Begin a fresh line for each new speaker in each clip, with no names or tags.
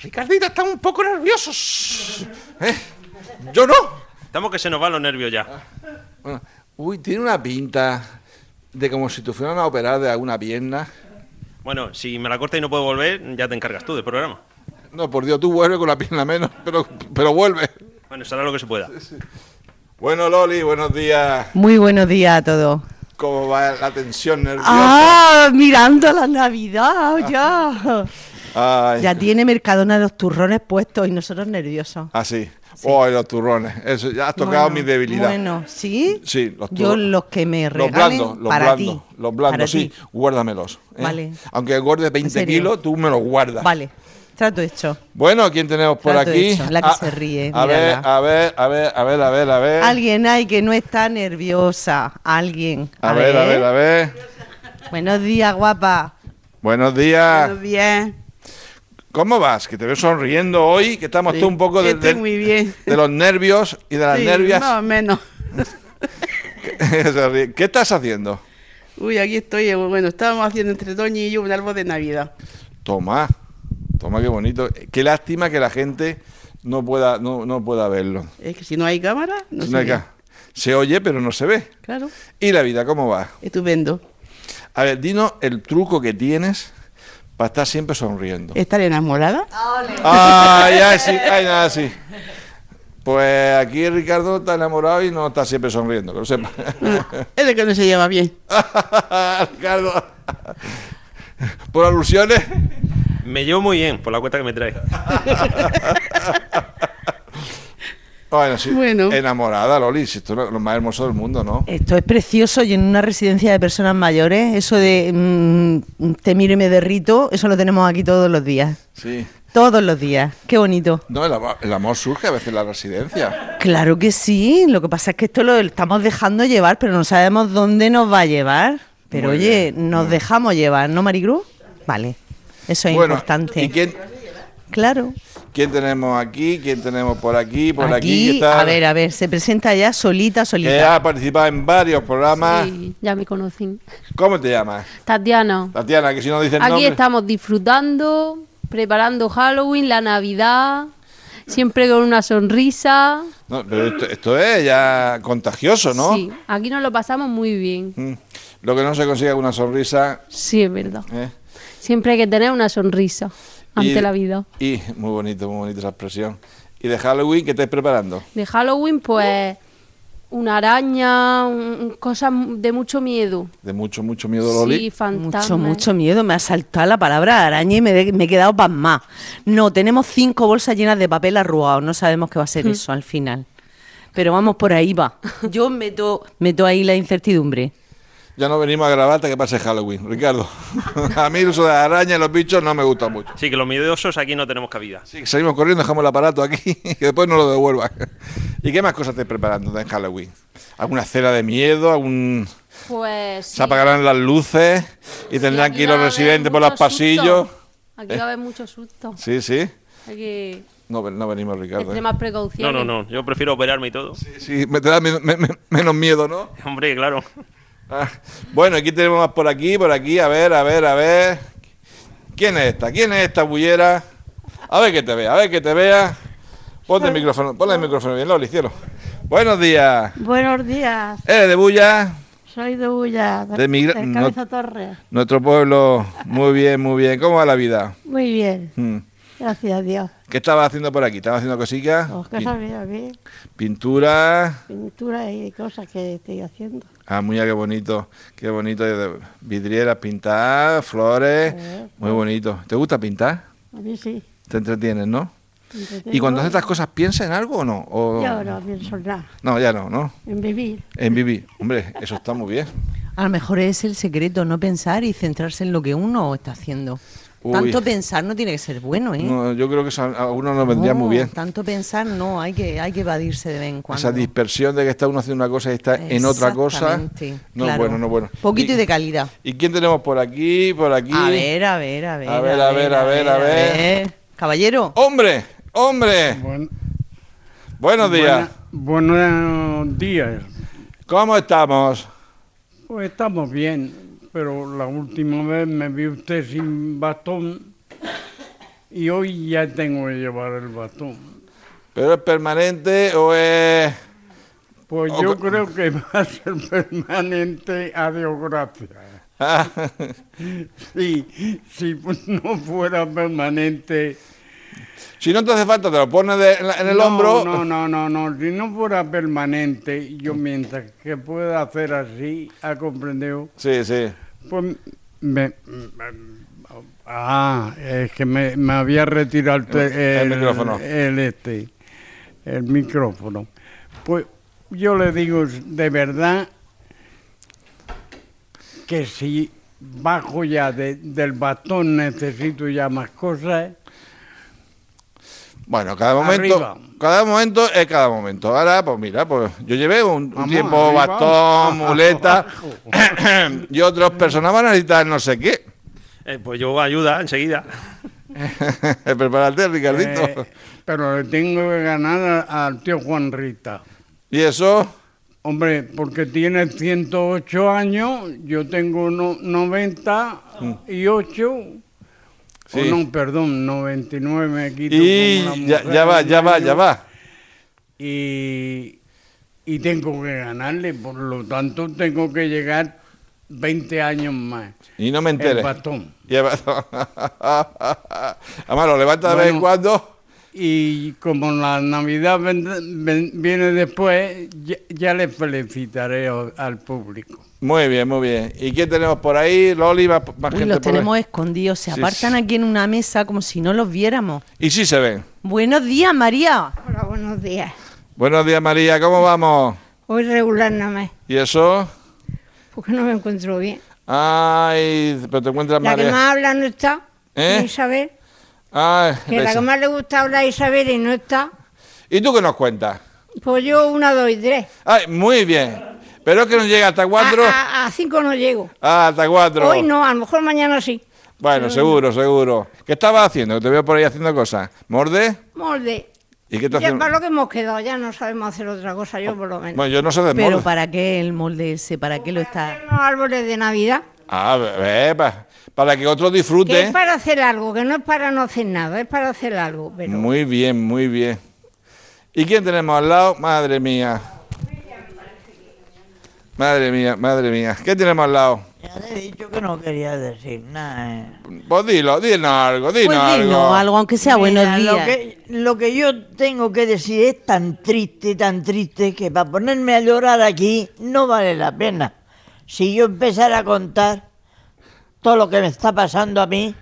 Ricardita, estamos un poco nerviosos. ¿eh? Yo no.
Estamos que se nos van los nervios ya.
Bueno, uy, tiene una pinta de como si te fueran a operar de alguna pierna.
Bueno, si me la corta y no puedo volver, ya te encargas tú del programa.
No, por Dios, tú vuelve con la pierna menos, pero, pero vuelve.
Bueno, será lo que se pueda.
Bueno, Loli, buenos días.
Muy buenos días a todos.
¿Cómo va la tensión nerviosa?
Ah, mirando la Navidad ya.
Ay,
Ya tiene Mercadona los turrones puestos y nosotros nerviosos.
Así. Oh, los turrones. Eso, ya has tocado
Bueno,
mi debilidad.
Bueno, ¿sí?
Sí, los
Yo
turrones.
los que me
Los
regalen
blandos, los
para ti.
blandos, los blandos,
para
sí,
ti.
guárdamelos. ¿eh?
Vale.
Aunque engorde 20
serio?
kilos, tú me los guardas.
Vale, trato hecho.
Bueno, ¿quién tenemos por
Trato
aquí? Ah,
hecho, la que se ríe,
A ver,
mírala.
a ver, a ver, a ver, a ver, a ver.
Alguien hay que no está nerviosa. Alguien.
A ver, a ver, a ver.
Buenos días, guapa.
Buenos días.
Buenos días.
¿Cómo vas? Que te veo sonriendo hoy, que estamos
Sí,
tú un poco de,
estoy
de-
muy bien.
de los nervios y de las
Sí,
nervias.
Más o menos.
Se ríe. ¿Qué estás haciendo?
Uy, aquí estoy. eh, Bueno, estábamos haciendo entre Toñi y yo un árbol de Navidad.
Toma, toma, qué bonito. Qué lástima que la gente no pueda, no, no pueda verlo.
Es que si no hay cámara, no
Si
se
no hay
ve.
ca- se oye, pero no se ve.
Claro,
¿Y la vida cómo va?
estupendo.
A ver, dinos el truco que tienes para estar siempre sonriendo.
Estar enamorada.
Ah. Ay, ay, sí, ay, nada, sí. Pues aquí Ricardo está enamorado y no está siempre sonriendo, que lo sepa.
Es el que no se lleva bien.
Ricardo, por alusiones.
Me llevo muy bien por la cuenta que me trae.
Bueno, sí.
Bueno.
Enamorada, Loli, si esto es lo más hermoso del mundo, ¿no?
Esto es precioso y en una residencia de personas mayores, eso de mm, te miro y me derrito, eso lo tenemos aquí todos los días.
Sí.
Todos los días. Qué bonito.
No, el amor, el amor surge a veces en la residencia.
Claro que sí. Lo que pasa es que esto lo estamos dejando llevar, pero no sabemos dónde nos va a llevar. Pero
Muy
oye,
bien, Mm.
nos dejamos llevar, ¿no, Marigru? Vale. Eso es
bueno,
importante.
¿y quién,
Claro.
quién tenemos aquí? ¿Quién tenemos por aquí? Por aquí, Eh, ah. ¿qué tal?
a ver, a ver, se presenta ya solita,
que
solita.
ha participado en varios programas.
Sí, ya me conocen.
¿Cómo te llamas?
Tatiana,
Tatiana, que si no dices
aquí
nombre.
estamos disfrutando, preparando Halloween, la Navidad, siempre con una sonrisa.
No, pero esto, esto es ya contagioso, ¿no?
Sí, aquí nos lo pasamos muy bien.
Mm. Lo que no se consigue es una sonrisa.
Sí, es verdad.
¿eh?
Siempre hay que tener una sonrisa ante
Y-
la vida.
Y muy bonito, muy bonita esa expresión. ¿Y de Halloween qué estáis preparando?
De Halloween, pues una araña, un- cosas de mucho miedo.
De mucho, mucho miedo, Loli.
Sí, fantasmas.
Mucho, mucho miedo. Me ha saltado la palabra araña y me, de- me he quedado pasmada. No, tenemos cinco bolsas llenas de papel arrugado. No sabemos qué va a ser eso al final. Pero vamos, por ahí va. Yo meto, meto ahí la incertidumbre.
Ya no venimos a grabar hasta que pase Halloween, Ricardo. a mí el uso de araña y los bichos no me gusta mucho.
Sí, que los miedosos aquí no tenemos cabida.
Sí, salimos corriendo, dejamos el aparato aquí y después no lo devuelvan. ¿Y qué más cosas estáis preparando en Halloween? ¿Alguna cena de miedo? ¿Algún...
Pues. sí.
Se apagarán las luces y tendrán
Sí,
que ir los
aquí va a haber
residentes por los
mucho susto.
pasillos.
Aquí va a haber mucho susto.
Sí, sí.
Hay que
No, ven- no venimos, Ricardo. ¿eh?
extremar
No,
precauciones.
no, no. Yo prefiero operarme y todo.
Sí, me te da men- men- men- menos miedo, ¿no?
Hombre, claro.
Ah, Bueno, aquí tenemos más por aquí, por aquí. A ver, a ver, a ver. ¿Quién es esta? ¿Quién es esta bullera? A ver que te vea, a ver que te vea. Ponte el micrófono, ponle el micrófono bien, Loli, cielo. Buenos días.
Buenos días,
Eres de Bulla,
soy de Bulla, de,
De migra-
del
no-
Cabeza Torres.
nuestro pueblo. Muy bien, muy bien. ¿Cómo va la vida?
Muy bien,
Hmm.
gracias a Dios.
¿Qué estabas haciendo por aquí? ¿Estabas haciendo cositas?
Os
Pin-
cosas bien, bien,
Pintura.
pintura y cosas que estoy haciendo.
Ah, muy qué bonito, qué bonito. Vidrieras, pintar, flores. Muy bonito. ¿Te gusta pintar?
A mí sí.
Te entretienes, ¿no?
entretengo.
¿Y cuando haces estas cosas piensas en algo o no? O-
Yo no pienso en nada,
No, ya no, ¿no?
en vivir.
En vivir. Hombre, eso está muy bien.
A lo mejor es el secreto, no pensar y centrarse en lo que uno está haciendo.
Uy.
Tanto pensar no tiene que ser bueno, ¿eh?
No, yo creo que eso a a uno nos vendría
No,
muy bien.
Tanto pensar no, hay que, hay que evadirse de vez en cuando.
Esa dispersión de que está uno haciendo una cosa y está en otra cosa.
Exactamente,
No
claro.
bueno, no bueno.
Poquito y de calidad.
¿Y quién tenemos por aquí? Por aquí.
A ver, a ver, a ver.
A ver, a ver, a ver, a ver.
Caballero,
¡Hombre! ¡Hombre!
Buen-
Buenos días.
buena- buenos días.
¿Cómo estamos?
Pues estamos bien, pero la última vez me vi usted sin bastón y hoy ya tengo que llevar el bastón.
¿Pero es permanente o es.?
Pues
Oh,
yo creo que va a ser permanente, adiós, gracias.
Ah.
Sí, si no fuera permanente...
si no te hace falta, te lo pones de- en, la- en el
No,
hombro.
No, no, no, no. Si no fuera permanente, yo mientras que pueda hacer así, ha comprendido,
Sí, sí.
pues me. me- ah, es que me, me había retirado el, te-
El micrófono.
el este, el micrófono. Pues yo le digo de verdad que si bajo ya de- del bastón necesito ya más cosas.
Bueno, cada momento.
Arriba.
Cada momento es cada momento. Ahora, pues mira, pues yo llevé un, un
Vamos,
tiempo
arriba.
bastón, muleta. y otros personas van a necesitar no sé qué.
Eh, pues yo ayuda enseguida.
Prepárate, Ricardito.
Eh, pero le tengo que ganar a- al tío Juan Rita.
Y eso.
Hombre, porque tiene 108 años, yo tengo no, 98.
Mm. Sí.
O Oh, no, perdón, 99 me quito. como
Y
una
ya,
mujer
ya va,
un
ya va,
año,
ya va.
Y, y tengo que ganarle, por lo tanto tengo que llegar 20 años más.
Y no me
El
enteres.
bastón.
Y el bastón. Además, lo levanta de vez en
Bueno.
cuando.
Y como la Navidad ven- ven- viene después, ya, ya le felicitaré o- al público.
Muy bien, muy bien. ¿Y quién tenemos por ahí? Loli, más, más
uy,
gente
los
por ahí.
tenemos escondidos. Se
Sí,
apartan
sí.
aquí en una mesa como si no los viéramos.
Y sí se ven.
Buenos días, María.
Hola, buenos días.
Buenos días, María. ¿Cómo vamos?
Hoy regular nada más,
¿Y eso?
porque no me encuentro bien.
Ay, pero te encuentras
La que
María.
más habla no está,
¿Eh?
ni Isabel.
Ay,
Que la
Risa.
que más le gusta hablar es Isabel y no está.
¿Y tú qué nos cuentas?
Pues yo una, dos y tres.
Ay, muy bien. Pero es que nos llega hasta cuatro.
A, a- a cinco no llego.
Ah, hasta cuatro.
Ah, Hoy no, a lo mejor mañana sí.
Bueno, seguro, seguro. ¿Qué estabas haciendo? Te veo por ahí haciendo cosas. ¿Morde?
Molde.
¿Y qué te
Ya
haciendo?
para lo que hemos quedado, ya no sabemos hacer otra cosa, yo por lo menos.
Bueno, yo no sé de
Pero
morde.
¿para qué el molde ese? ¿Para qué lo está?
Hacer unos árboles de Navidad.
Ah, ve- ve, pa- para que otros
Que es
disfruten.
para hacer algo, que no es para no hacer nada, es para hacer algo. Pero
Muy bien, muy bien. ¿Y quién tenemos al lado? Madre mía. Madre mía, madre mía. ¿Qué tenemos al lado?
Ya te he dicho que no quería decir nada. ¿eh?
Pues dilo, dilo algo, dilo
Pues
algo.
dinos algo, aunque sea buenos
Mira, Lo
días.
que, lo que yo tengo que decir es tan triste, tan triste, que para ponerme a llorar aquí no vale la pena. Si yo empezara a contar todo lo que me está pasando a mí,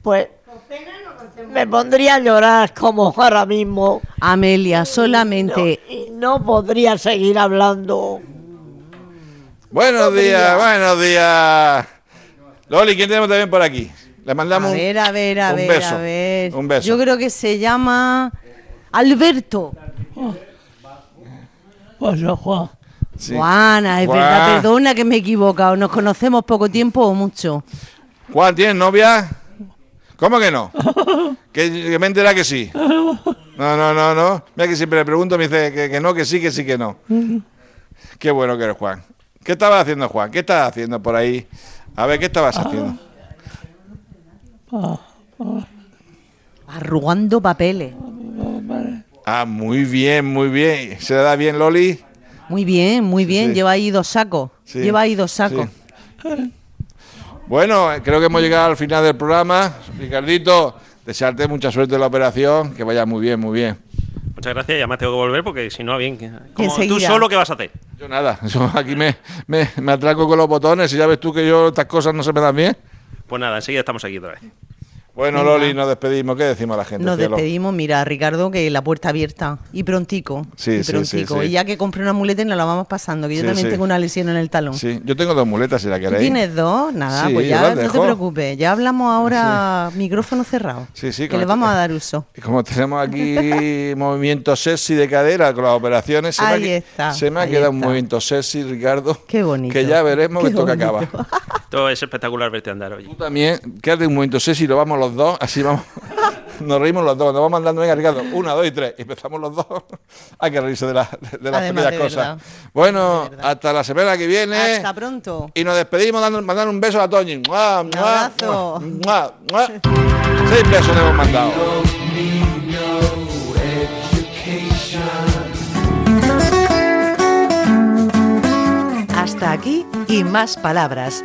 pues me pondría a llorar como ahora mismo.
Amelia,
No,
solamente
y no podría seguir hablando.
Buenos días, buenos días. Loli, ¿quién tenemos también por aquí? Le mandamos
A
un-
ver, a ver, a
un
ver,
beso,
a ver.
Un beso.
Yo creo que se llama Alberto.
Pues ojo.
Sí.
Juana, es
Juan.
verdad, perdona que me he equivocado. Nos conocemos poco tiempo o mucho.
Juan, ¿tienes novia? ¿Cómo que no? Que, que me entera que sí. No, no, no, no. Mira que siempre le pregunto, me dice que, que no, que sí, que sí, que no. Qué bueno que eres, Juan. ¿Qué estabas haciendo, Juan? ¿Qué estabas haciendo por ahí? A ver, ¿qué estabas haciendo?
Ah. Arrugando papeles.
Ah, muy bien, muy bien. ¿Se le da bien, Loli?
Muy bien, muy bien.
sí.
Lleva ahí dos sacos.
Sí,
Lleva ahí dos sacos.
sí. Bueno, eh, creo que hemos llegado al final del programa. Ricardito, desearte mucha suerte en la operación, que vaya muy bien, muy bien.
Muchas gracias, ya me tengo que volver porque si no, bien. Como tú
Enseguida.
solo, ¿qué vas a hacer?
Yo nada, yo aquí me, me, me atraco con los botones y ya ves tú que yo estas cosas no se me dan bien.
Pues nada, enseguida estamos aquí otra vez.
Bueno,
Venga.
Loli, nos despedimos. ¿Qué decimos a la gente?
Nos
cielo?
despedimos, mira, Ricardo, que la puerta abierta y prontico.
Sí,
y
sí, sí,
prontico.
sí.
Y ya que compré una muleta y nos la vamos pasando, que yo
Sí,
también
sí.
tengo una lesión en el talón.
Sí, yo tengo dos muletas si la
¿Tú
queréis.
tienes dos? Nada,
Sí,
pues
yo
ya
las
no te
dejo.
preocupes. Ya hablamos ahora micrófono cerrado.
Sí, sí,
Que
con
le
el-
vamos a dar uso.
Y como tenemos aquí movimiento sexy de cadera con las operaciones, se
Ahí
me, ha que-
está,
se me ha
ahí
quedado un
está.
movimiento sexy, Ricardo.
Qué bonito.
Que ya veremos
Qué
esto que acaba.
bonito.
Esto es espectacular verte andar, oye.
Tú también, quédate un movimiento sexy, lo vamos los dos, así vamos. Nos reímos los dos, nos vamos andando, venga Ricardo, una, dos y tres, y empezamos los dos. Hay que reírse de, la- de las
Además,
pequeñas
de
cosas.
verdad.
Bueno,
De verdad.
hasta la semana que viene.
Hasta pronto.
Y nos despedimos dando, mandando un beso a Toñi. ¡Mua, mua,
abrazo.
mua, mua! Seis besos le hemos mandado.
Hasta aquí y más palabras,